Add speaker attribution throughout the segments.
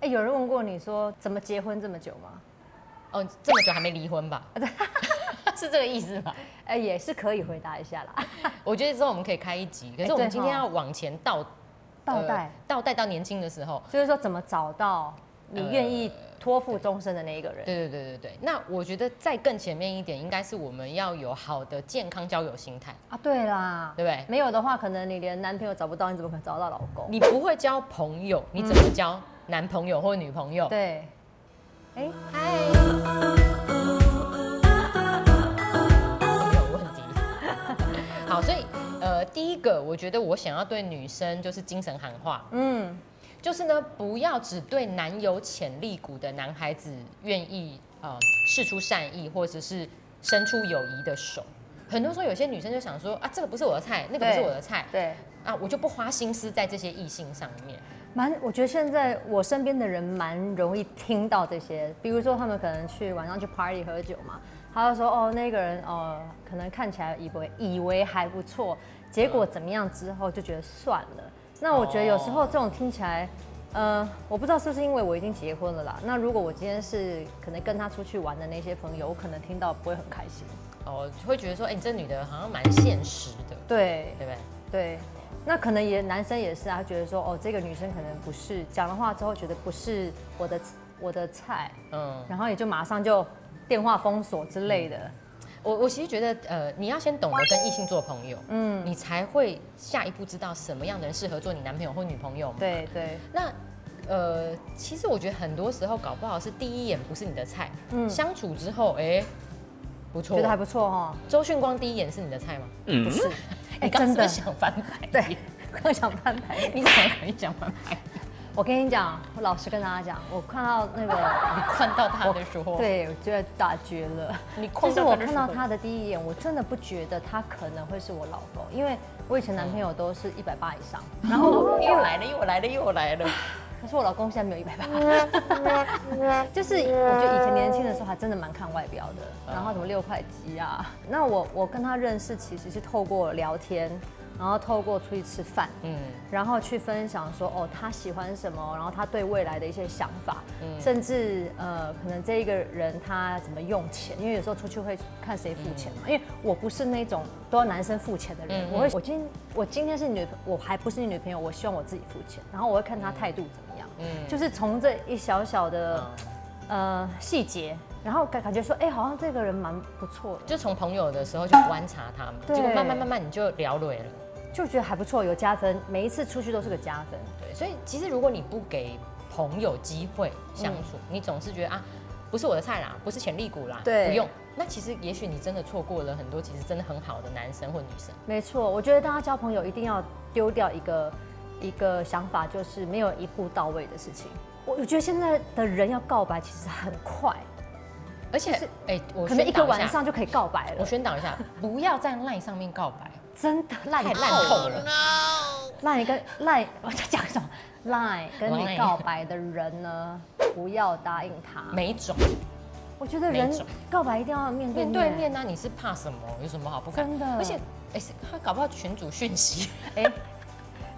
Speaker 1: 哎、有人问过你说怎么结婚这么久吗？
Speaker 2: 哦，这么久还没离婚 吧？是这个意思吧？
Speaker 1: 哎、也是可以回答一下啦。
Speaker 2: 我觉得之后我们可以开一集，可
Speaker 1: 哎
Speaker 2: 是我
Speaker 1: 对
Speaker 2: 们今天
Speaker 1: 哈
Speaker 2: 要往前倒
Speaker 1: 倒带，
Speaker 2: 呃倒带到年轻的时候。
Speaker 1: 就是说怎么找到你愿意托付终身的那一个人。
Speaker 2: 对对对对对，那我觉得再更前面一点，应该是我们要有好的健康交友心态，
Speaker 1: 啊，对啦，
Speaker 2: 对不对？
Speaker 1: 没有的话，可能你连男朋友找不到，你怎么可能找到老公？
Speaker 2: 你不会交朋友，你怎么交男朋友或女朋友？
Speaker 1: 嗯对，哎、
Speaker 2: 嗨，哦有问题。 好，所以呃，第一个，我觉得我想要对女生就是精神喊话，
Speaker 1: 嗯，
Speaker 2: 就是呢，不要只对男有潜力股的男孩子愿意呃示出善意，或者是伸出友谊的手。很多时候，有些女生就想说啊，这个不是我的菜，那个不是
Speaker 1: 对
Speaker 2: 我的菜
Speaker 1: 对，
Speaker 2: 啊，我就不花心思在这些异性上面。
Speaker 1: 蛮，我觉得现在我身边的人蛮容易听到这些，比如说他们可能去晚上去 party 喝酒嘛，他就说哦那个人哦，可能看起来以为以为还不错，结果怎么样之后就觉得算了。那我觉得有时候这种听起来，呃，我不知道是不是因为我已经结婚了啦。那如果我今天是可能跟他出去玩的那些朋友，我可能听到不会很开心。
Speaker 2: 哦，会觉得说，哎、你这女的好像蛮现实的，
Speaker 1: 对
Speaker 2: 对不对？
Speaker 1: 对，那可能也男生也是啊，他觉得说哦，这个女生可能不是讲了话之后觉得不是我的我的菜，
Speaker 2: 嗯，
Speaker 1: 然后也就马上就电话封锁之类的。
Speaker 2: 我我其实觉得，呃，你要先懂得跟异性做朋友，嗯，你才会下一步知道什么样的人适合做你男朋友或女朋友嘛。
Speaker 1: 对对，
Speaker 2: 那呃，其实我觉得很多时候搞不好是第一眼不是你的菜，
Speaker 1: 嗯
Speaker 2: 相处之后，哎、不错
Speaker 1: 觉得。还不错哦。
Speaker 2: 周迅光第一眼是你的菜吗？
Speaker 1: 不是，哎、
Speaker 2: 嗯你刚刚
Speaker 1: 真
Speaker 2: 是不
Speaker 1: 的
Speaker 2: 是，想翻白？
Speaker 1: 对，刚想翻白。
Speaker 2: 你怎么可以讲翻白？
Speaker 1: 我跟你讲，我老实跟大家讲，我看到那 个，
Speaker 2: 你看到他的时候，，
Speaker 1: 对，我觉得打绝了。
Speaker 2: 你
Speaker 1: 就
Speaker 2: 看
Speaker 1: 是
Speaker 2: 到
Speaker 1: 我
Speaker 2: 他的
Speaker 1: 看
Speaker 2: 时
Speaker 1: 到
Speaker 2: 候，
Speaker 1: 他的第一眼，我真的不觉得他可能会是我老公，因为我以前男朋友都是一百八以上，然后因为
Speaker 2: 哎又来了，又来了，又来了。
Speaker 1: 可是我老公现在没有一百八，就是我觉得以前年轻的时候还真的蛮看外表的，然后什么六块肌啊。那我我跟他认识其实是透过聊天，然后透过出去吃饭，
Speaker 2: 嗯，
Speaker 1: 然后去分享说哦他喜欢什么，然后他对未来的一些想法，
Speaker 2: 嗯
Speaker 1: 甚至呃可能这一个人他怎么用钱，因为有时候出去会看谁付钱嘛，因为我不是那种都要男生付钱的人，
Speaker 2: 嗯嗯嗯
Speaker 1: 我会我今我今天是你女朋我还不是你女朋友，我希望我自己付钱，然后我会看他态度怎么样，
Speaker 2: 嗯
Speaker 1: 就是从这一小小的、呃细节，然后感感觉说哎好像这个人蛮不错的，
Speaker 2: 就从朋友的时候就观察他嘛，
Speaker 1: 对
Speaker 2: 结果慢慢慢慢你就聊累了。
Speaker 1: 就觉得还不错，有加分，每一次出去都是个加分。
Speaker 2: 对，所以其实如果你不给朋友机会
Speaker 1: 嗯
Speaker 2: 相处，你总是觉得啊，不是我的菜啦，不是潜力股啦，
Speaker 1: 对
Speaker 2: 不用。那其实也许你真的错过了很多其实真的很好的男生或女生。
Speaker 1: 没错，我觉得大家交朋友一定要丢掉一个一个想法，就是没有一步到位的事情。我我觉得现在的人要告白其实很快，
Speaker 2: 而且，哎、我
Speaker 1: 可能一个
Speaker 2: 宣导
Speaker 1: 晚
Speaker 2: 下，
Speaker 1: 上就可以告白
Speaker 2: 我
Speaker 1: 了，
Speaker 2: 宣导一下，不要在 LINE 上面告白，
Speaker 1: 真的烂
Speaker 2: 太烂
Speaker 1: 透
Speaker 2: 透
Speaker 1: 了。
Speaker 2: 了。
Speaker 1: 烂跟烂，我在讲什么？烂跟你
Speaker 2: Line
Speaker 1: 告白的人呢，不要答应他。
Speaker 2: 每种
Speaker 1: 我觉得人
Speaker 2: 没种
Speaker 1: 告白一定要面对面。
Speaker 2: 面对面呢、啊你是怕什么？有什么好不敢？
Speaker 1: 真的
Speaker 2: 而且，哎、是他搞不好群主讯息。
Speaker 1: 哎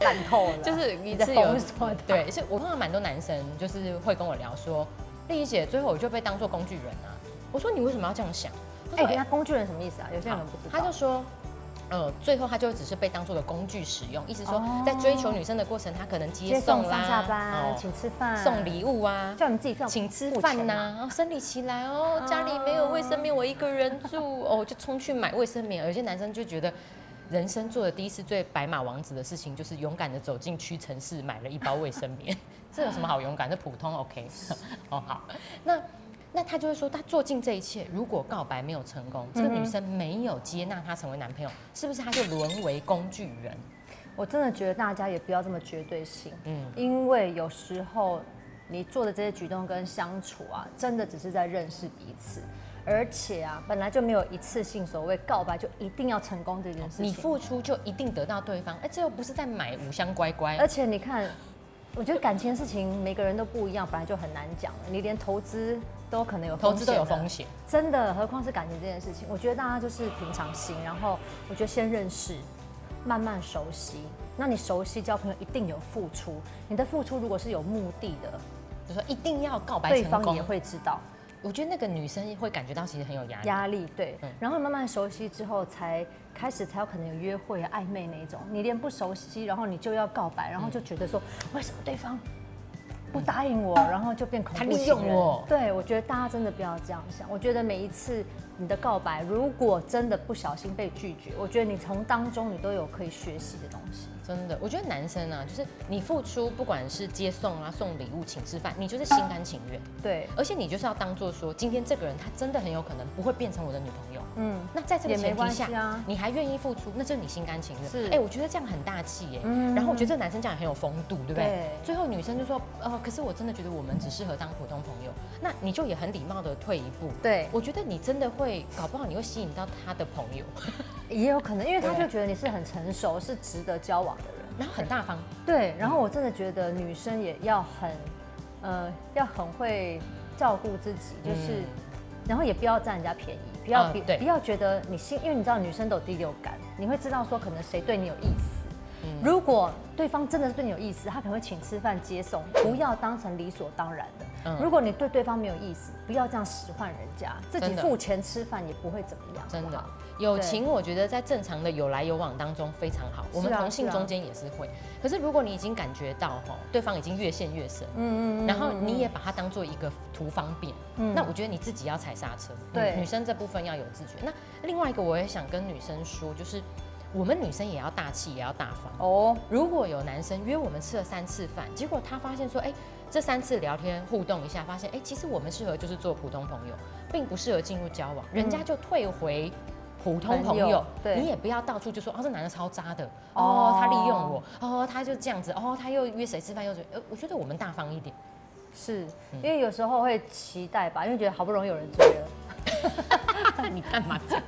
Speaker 1: 烂透了，
Speaker 2: 就是一
Speaker 1: 啊在
Speaker 2: 次有
Speaker 1: 封锁他。
Speaker 2: 对，是我碰到蛮多男生，就是会跟我聊说，丽怡姐，最后我就被当做工具人啊。我说你为什么要这样想？他
Speaker 1: 哎、
Speaker 2: 说
Speaker 1: 人家
Speaker 2: 哎
Speaker 1: 工具人什么意思啊？有些人不知道。
Speaker 2: 他就说。呃，最后他就只是被当做个工具使用，意思说
Speaker 1: 哦
Speaker 2: 在追求女生的过程，他可能接
Speaker 1: 接
Speaker 2: 送
Speaker 1: 送
Speaker 2: 啦、
Speaker 1: 上下班，
Speaker 2: 哦
Speaker 1: 请吃饭，
Speaker 2: 送礼物啊，
Speaker 1: 叫你自己上
Speaker 2: 请吃饭呐、啊，生理期来
Speaker 1: 啊
Speaker 2: 哦，家里没有卫生棉，我一个人住哦，我就冲去买卫生棉。有些男生就觉得，人生做的第一次最白马王子的事情，就是勇敢的走进屈臣氏买了一包卫生棉。 这有什么好勇敢？这普通 OK。哦 好，那那他就会说，他做尽这一切，如果告白没有成功，
Speaker 1: 嗯
Speaker 2: 这个女生没有接纳他成为男朋友，是不是他就沦为工具人？
Speaker 1: 我真的觉得大家也不要这么绝对性，
Speaker 2: 嗯
Speaker 1: 嗯，因为有时候你做的这些举动跟相处啊，真的只是在认识彼此，而且啊，本来就没有一次性所谓告白就一定要成功这件事情。
Speaker 2: 哦你付出就一定得到对方，哎、这又不是在买五香乖乖，
Speaker 1: 而且你看，我觉得感情的事情每个人都不一样，本来就很难讲了。你连投资都可能有
Speaker 2: 投资都有
Speaker 1: 险的
Speaker 2: 风险。
Speaker 1: 真的，何况是感情这件事情，我觉得大家就是平常心，然后我觉得先认识，慢慢熟悉。那你熟悉交朋友一定有付出，你的付出如果是有目的的，
Speaker 2: 就说一定要告白
Speaker 1: 对
Speaker 2: 成
Speaker 1: 方也
Speaker 2: 功。
Speaker 1: 会知道
Speaker 2: 我觉得那个女生会感觉到其实很有压力。
Speaker 1: 压力，对
Speaker 2: 嗯。
Speaker 1: 然后慢慢熟悉之后，才开始才有可能有约会啊、暧昧那一种。你连不熟悉，然后你就要告白，然后
Speaker 2: 嗯
Speaker 1: 就觉得说，为什么对方不答应我，然后就变恐
Speaker 2: 嗯他
Speaker 1: 怖
Speaker 2: 利
Speaker 1: 情
Speaker 2: 用
Speaker 1: 人
Speaker 2: 我
Speaker 1: 对，我觉得大家真的不要这样想。我觉得每一次你的告白，如果真的不小心被拒绝，我觉得你从当中你都有可以学习的东西。
Speaker 2: 真的，我觉得男生啊，就是你付出，不管是接送啊、送礼物、请吃饭，你就是心甘情愿，
Speaker 1: 对，
Speaker 2: 而且你就是要当做说，今天这个人他真的很有可能不会变成我的女朋友。
Speaker 1: 嗯，
Speaker 2: 那在这
Speaker 1: 也
Speaker 2: 个
Speaker 1: 没
Speaker 2: 前提
Speaker 1: 关
Speaker 2: 下，
Speaker 1: 系啊
Speaker 2: 你还愿意付出，那就是你心甘情愿。
Speaker 1: 是
Speaker 2: 哎、我觉得这样很大气耶、
Speaker 1: 嗯
Speaker 2: 然后我觉得这个男生这样也很有风度，对不对？
Speaker 1: 对
Speaker 2: 最后女生就说，呃，可是我真的觉得我们只适合当普通朋友。那你就也很礼貌的退一步。
Speaker 1: 对，
Speaker 2: 我觉得你真的会，搞不好你会吸引到他的朋 友，
Speaker 1: 也有可能，因为他
Speaker 2: 对
Speaker 1: 就觉得你是很成熟，是值得交往的人。
Speaker 2: 然后很大方。
Speaker 1: 对，然后
Speaker 2: 嗯
Speaker 1: 我真的觉得女生也要很，呃，要很会照顾自己，就是，
Speaker 2: 嗯
Speaker 1: 然后也不要占人家便宜，不要、
Speaker 2: 啊
Speaker 1: 比
Speaker 2: 对
Speaker 1: 不要觉得你心，因为你知道女生都有第六感，你会知道说可能谁对你有意思。
Speaker 2: 嗯
Speaker 1: 如果对方真的是对你有意思，他可能会请吃饭接送，不要当成理所当然的。
Speaker 2: 嗯
Speaker 1: 如果你对对方没有意思，不要这样使唤人家，自己
Speaker 2: 真的
Speaker 1: 付钱吃饭也不会怎么样，
Speaker 2: 真
Speaker 1: 好不
Speaker 2: 的
Speaker 1: 好，
Speaker 2: 友情我觉得在正常的有来有往当中非常好，我们
Speaker 1: 是啊啊
Speaker 2: 同性中间也是会。可是如果你已经感觉到哈，对方已经越陷越深，
Speaker 1: 嗯嗯嗯，
Speaker 2: 然后你也把它当做一个图方便，
Speaker 1: 嗯
Speaker 2: 那我觉得你自己要踩刹车。
Speaker 1: 对
Speaker 2: 女女生这部分要有自觉。那另外一个我也想跟女生说，就是我们女生也要大气，也要大方。
Speaker 1: 哦，
Speaker 2: 如果有男生约我们吃了三次饭，结果他发现说，哎、这三次聊天互动一下，发现，哎、其实我们适合就是做普通朋友，并不适合进入交往，人家就退回。普通朋
Speaker 1: 朋
Speaker 2: 友
Speaker 1: 友，对
Speaker 2: 你也不要到处就说哦，这男的超渣的，
Speaker 1: 哦
Speaker 2: 哦，他利用我，哦，他就这样子，哦，他又约谁吃饭又怎，呃，我觉得我们大方一点，
Speaker 1: 是
Speaker 2: 嗯
Speaker 1: 因为有时候会期待吧，因为觉得好不容易有人追了，
Speaker 2: 你干嘛这样？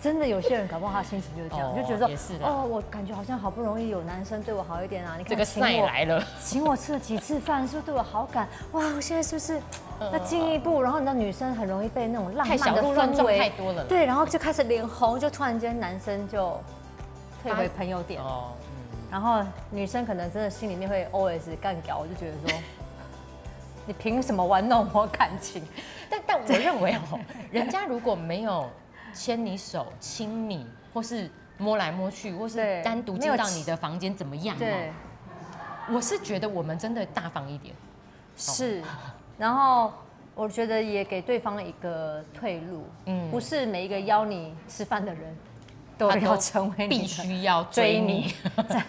Speaker 1: 真的有些人搞不好他心情就是这样，
Speaker 2: 哦
Speaker 1: 就觉得说
Speaker 2: 也是啦
Speaker 1: 哦，我感觉好像好不容易有男生对我好一点啊，你
Speaker 2: 这
Speaker 1: 看
Speaker 2: 个
Speaker 1: 请
Speaker 2: 赛
Speaker 1: 我
Speaker 2: 来了，
Speaker 1: 请我吃了几次饭，是不是对我好感？哇，我现在是不是要进一步？然后你知道女生很容易被那种浪
Speaker 2: 嗯太
Speaker 1: 漫
Speaker 2: 小
Speaker 1: 的
Speaker 2: 鹿乱
Speaker 1: 氛
Speaker 2: 撞太
Speaker 1: 围，
Speaker 2: 多了啦。
Speaker 1: 对，然后就开始脸红，就突然间男生就退回朋友点，
Speaker 2: 哦，嗯
Speaker 1: 然后女生可能真的心里面会 OS 干掉，我就觉得说。 你凭什么玩弄我感情？
Speaker 2: 但但我认为哦，人家如果没有牵你手、亲你，或是摸来摸去，或
Speaker 1: 对
Speaker 2: 是单独
Speaker 1: 没有
Speaker 2: 进到
Speaker 1: 亲
Speaker 2: 你的房间，怎么样、
Speaker 1: 对
Speaker 2: 哦？，我是觉得我们真的大方一点。哦
Speaker 1: 是，然后我觉得也给对方一个退路，嗯，
Speaker 2: 嗯
Speaker 1: 不是每一个邀你吃饭的人都
Speaker 2: 他都
Speaker 1: 要成为你
Speaker 2: 必
Speaker 1: 的
Speaker 2: 须要
Speaker 1: 追
Speaker 2: 追
Speaker 1: 你，
Speaker 2: 你，
Speaker 1: 真的。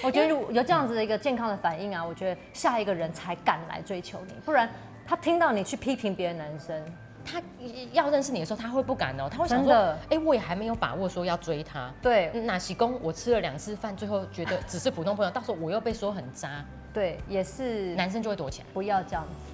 Speaker 1: 我觉得如有这样子的一个健康的反应啊，我觉得下一个人才敢来追求你，不然他听到你去批评别的男生，
Speaker 2: 他要认识你的时候，他会不敢哦，他会想
Speaker 1: 真
Speaker 2: 说，
Speaker 1: 的
Speaker 2: 哎、我也还没有把握说要追他。
Speaker 1: 对
Speaker 2: 那喜公，我吃了两次饭，最后觉得只是普通朋友，到时候我又被说很渣，
Speaker 1: 对，也是
Speaker 2: 男生就会躲起来。
Speaker 1: 不要这样子，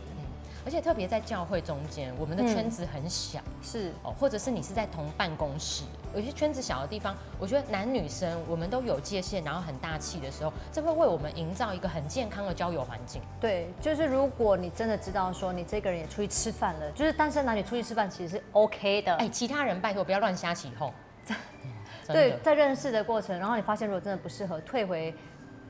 Speaker 2: 而且特别在教会中间，我们的
Speaker 1: 嗯
Speaker 2: 圈子很小。
Speaker 1: 是
Speaker 2: 哦，或者是你是在同办公室，有些圈子小的地方，我觉得男女生我们都有界限，然后很大气的时候，这会为我们营造一个很健康的交友环境。
Speaker 1: 对，就是如果你真的知道说你这个人也出去吃饭了，就是单身男女出去吃饭其实是 OK 的，
Speaker 2: 哎、其他人拜托不要乱瞎起 哄。嗯真
Speaker 1: 对
Speaker 2: 的，
Speaker 1: 在认识的过程，然后你发现如果真的不适合，退回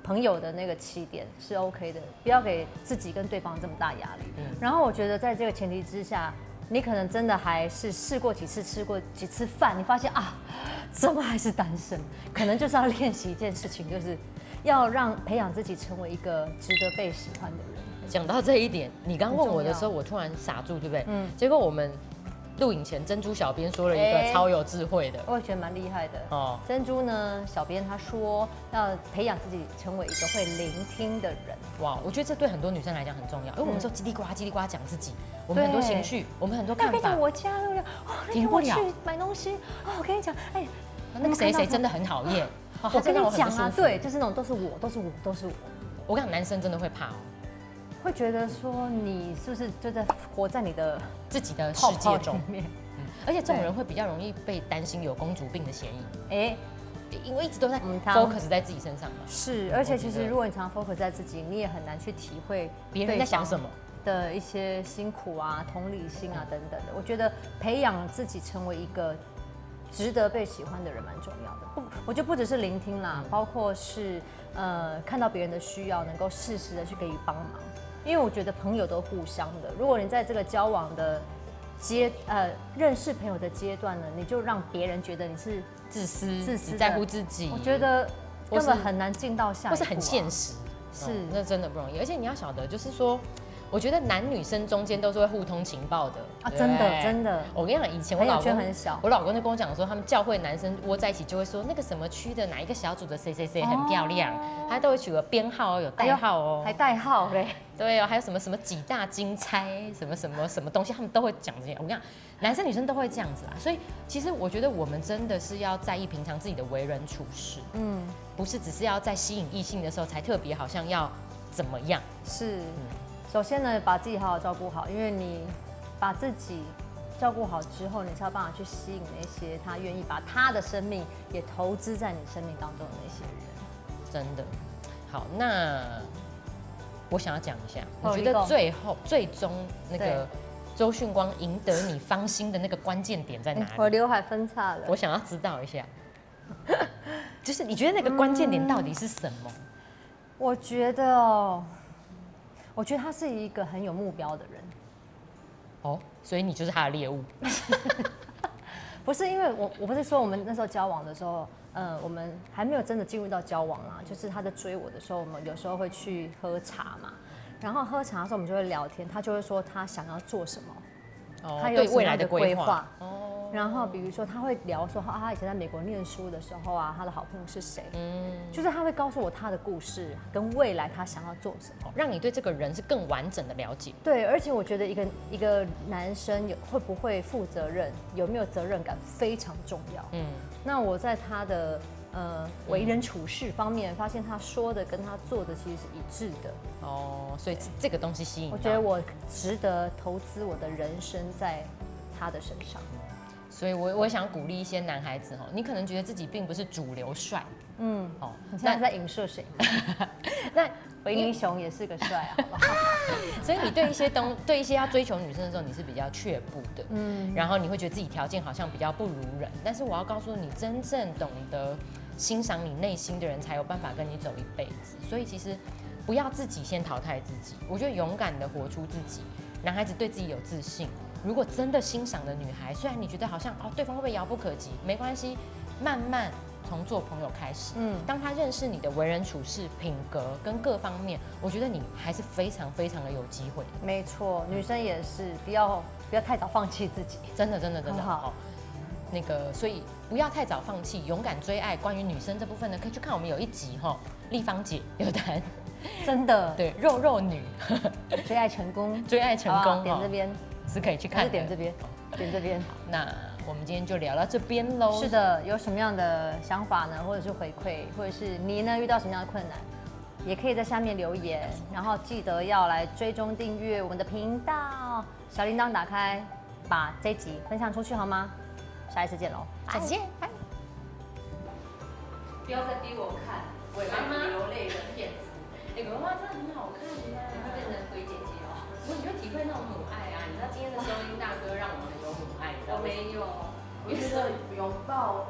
Speaker 1: 朋友的那个起点是 OK 的，不要给自己跟对方这么大压力。然后我觉得在这个前提之下，你可能真的还是试过几次，吃过几次饭，你发现啊，怎么还是单身？可能就是要练习一件事情，就是要让培养自己成为一个值得被喜欢的人。
Speaker 2: 讲到这一点，你刚问我的时候，
Speaker 1: 很
Speaker 2: 我突然傻住，对不对？
Speaker 1: 嗯
Speaker 2: 嗯。结果我们录影前，珍珠小编说了一
Speaker 1: 哎
Speaker 2: 个超有智慧的。
Speaker 1: 我也觉得蛮厉害的。
Speaker 2: 哦，
Speaker 1: 珍珠呢，小编他说要培养自己成为一个会聆听的人。
Speaker 2: 哇，我觉得这对很多女生来讲很重要，因为我们说叽里呱啦叽里呱啦讲自己，我们很多
Speaker 1: 嗯对
Speaker 2: 情绪，我们很多
Speaker 1: 那
Speaker 2: 看
Speaker 1: 变
Speaker 2: 法
Speaker 1: 成，我家对不对？哦，那天
Speaker 2: 停不
Speaker 1: 我去
Speaker 2: 了
Speaker 1: 买东西，哦，我跟你讲，哎，
Speaker 2: 那个谁谁真
Speaker 1: 的，
Speaker 2: 的很讨厌。哦
Speaker 1: 我
Speaker 2: 他真
Speaker 1: 跟
Speaker 2: 的
Speaker 1: 你
Speaker 2: 让很不
Speaker 1: 讲啊
Speaker 2: 舒，服
Speaker 1: 对，就是那种都是我，都是我，都是我，
Speaker 2: 我跟你讲，男生真的会怕哦，
Speaker 1: 会觉得说你是不是就在活在你的
Speaker 2: 自己的世
Speaker 1: 泡泡
Speaker 2: 界
Speaker 1: 里
Speaker 2: 中，
Speaker 1: 面？
Speaker 2: 而且这种
Speaker 1: 对
Speaker 2: 人会比较容易被担心有公主病的嫌疑，
Speaker 1: 哎，
Speaker 2: 因为一直都在
Speaker 1: 嗯他
Speaker 2: focus 在自己身上嘛，
Speaker 1: 是，而且其
Speaker 2: 我觉
Speaker 1: 实
Speaker 2: 得
Speaker 1: 如果你常常 focus 在自己，你也很难去体会
Speaker 2: 别人在想什
Speaker 1: 么。
Speaker 2: 么。
Speaker 1: 的一些辛苦啊、同理心啊等等的，我觉得培养自己成为一个值得被喜欢的人蛮重要的。不，我觉得不只是聆
Speaker 2: 嗯
Speaker 1: 听啦，包括是呃看到别人的需要，能够适时的去给予帮忙。因因为我觉得朋友都互相的。如果你在这个交往的阶呃认识朋友的阶段呢，你就让别人觉得你是，
Speaker 2: 自私，
Speaker 1: 自私的
Speaker 2: 只在乎自己，
Speaker 1: 我觉得
Speaker 2: 嗯或
Speaker 1: 根
Speaker 2: 是
Speaker 1: 本很难进到下一步、
Speaker 2: 或
Speaker 1: 啊，
Speaker 2: 是很现实，
Speaker 1: 是
Speaker 2: 嗯那真的不容易。而且你要晓得，就是说，我觉得男女生中间都是会互通情报的
Speaker 1: 啊，真的真
Speaker 2: 的。
Speaker 1: 的，
Speaker 2: 我跟你讲，以前我
Speaker 1: 朋
Speaker 2: 老
Speaker 1: 友圈
Speaker 2: 公
Speaker 1: 很小，
Speaker 2: 我老公就跟我讲说，他们教会男生窝在一起就会说那个什么区的哪一个小组的谁谁谁很漂亮，
Speaker 1: 哦
Speaker 2: 他都会取个编号哦，有
Speaker 1: 哎
Speaker 2: 代号哦
Speaker 1: 还，代号嘞，
Speaker 2: 对哦，还有什么什么几大金钗，什么什么什么东西，他们都会讲这些。我跟你讲，男生女生都会这样子啦，所以其实我觉得我们真的是要在意平常自己的为人处事，
Speaker 1: 嗯，
Speaker 2: 不是只是要在吸引异性的时候才特别好像要怎么样。
Speaker 1: 是。首先呢，把自己好好照顾好，因为你把自己照顾好之后，你才有办法去吸引那些他愿意把他的生命也投资在你生命当中的那些人。
Speaker 2: 真的。好，那我想要讲一下，
Speaker 1: 哦
Speaker 2: 我觉
Speaker 1: 你
Speaker 2: 得
Speaker 1: 讲
Speaker 2: 最后最终那
Speaker 1: 对
Speaker 2: 个周迅光赢得你芳心的那个关键点在
Speaker 1: 哎
Speaker 2: 哪
Speaker 1: 我
Speaker 2: 里？
Speaker 1: 刘海分叉了
Speaker 2: 我，想要知道一 下，就是你觉得那个关键点到底是什么？
Speaker 1: 我觉得哦，我觉得他是一个很有目标的人，
Speaker 2: 哦，所以你就是他的猎物。
Speaker 1: 不是因为我我不是说我们那时候交往的时候，呃，我们还没有真的进入到交往啦，就是他在追我的时候，我们有时候会去喝茶嘛，然后喝茶的时候我们就会聊天，他就会说他想要做什么。
Speaker 2: 哦
Speaker 1: 他有
Speaker 2: 对
Speaker 1: 什么
Speaker 2: 未来的
Speaker 1: 样的
Speaker 2: 规
Speaker 1: 规
Speaker 2: 划
Speaker 1: 划。
Speaker 2: 哦，
Speaker 1: 然后比如说他会聊说啊，他以前在美国念书的时候啊，他的好朋友是谁，
Speaker 2: 嗯，
Speaker 1: 就是他会告诉我他的故事跟未来他想要做什么。
Speaker 2: 好哦让你对这个人是更完整的了解。
Speaker 1: 对，而且我觉得一个一个男生有会不会负责任，有没有责任感非常重要。
Speaker 2: 嗯，
Speaker 1: 那我在他的呃为人处事方面，发现他说的跟他做的其实是一致的。
Speaker 2: 哦，所以这这个东西吸引到
Speaker 1: 我
Speaker 2: 你。
Speaker 1: 觉得我值得投资我的人生在他的身上。
Speaker 2: 所以我，我想鼓励一些男孩子哦，你可能觉得自己并不是主流帅
Speaker 1: 嗯，
Speaker 2: 哦，
Speaker 1: 你现在
Speaker 2: 那
Speaker 1: 在影射谁吗？
Speaker 2: 那
Speaker 1: 维尼熊也是个帅啊，好不好？
Speaker 2: 所以你对一些东对一些要追求女生的时候，你是比较却步的， 嗯，然后你会觉得自己条件好像比较不如人，但是我要告诉你，真正懂得欣赏你内心的人，才有办法跟你走一辈子。所以其实不要自己先淘汰自己，我觉得勇敢的活出自己，男孩子对自己有自信。如果真的欣赏的女孩，虽然你觉得好像哦对方会不会遥不可及，没关系，慢慢从做朋友开始，
Speaker 1: 嗯
Speaker 2: 当他认识你的为人处事、品格跟各方面，我觉得你还是非常非常的有机会的，
Speaker 1: 没错，女生也是，不要不要太早放弃自己。
Speaker 2: 真的真的真的
Speaker 1: 很好
Speaker 2: 哦那个，所以不要太早放弃，勇敢追爱。关于女生这部分呢，可以去看我们有一集哈、立方姐有谈
Speaker 1: 真的，
Speaker 2: 对肉肉女
Speaker 1: 追爱成功，
Speaker 2: 追爱成
Speaker 1: 好不好
Speaker 2: 功
Speaker 1: 点这
Speaker 2: 哦，
Speaker 1: 边，
Speaker 2: 是可以去
Speaker 1: 还
Speaker 2: 看
Speaker 1: 是
Speaker 2: 的。
Speaker 1: 点这边，点这边。
Speaker 2: 那我们今天就聊到这边喽。
Speaker 1: 是的，有什么样的想法呢？或者是回馈，或者是你呢遇到什么样的困难，也可以在下面留言。然后记得要来追踪订阅我们的频道，小铃铛打开，把这集分享出去好吗？下一次见喽，
Speaker 2: 下次见，拜。
Speaker 3: 不要再逼我看我也
Speaker 2: 妈妈
Speaker 3: 流泪的片子，
Speaker 2: 哎，娃娃真的很好看呀、
Speaker 3: 你会变成鬼姐姐哦。
Speaker 2: 我你会体会那种母爱啊！你知道今天的收音大哥让我们有母爱，你知
Speaker 3: 我
Speaker 2: 道吗？
Speaker 3: 没有，
Speaker 4: 我觉得拥抱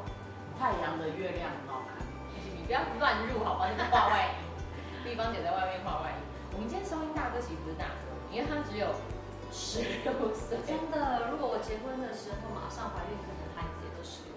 Speaker 4: 太阳的月亮很好看。
Speaker 2: 你不要乱入好吧？你画外音， 地方姐在外面画外音。我们今天收音大哥其实不是大哥，因为他只有十六岁。
Speaker 3: 真的，如果我结婚的时候马上怀孕，可能孩子也都十六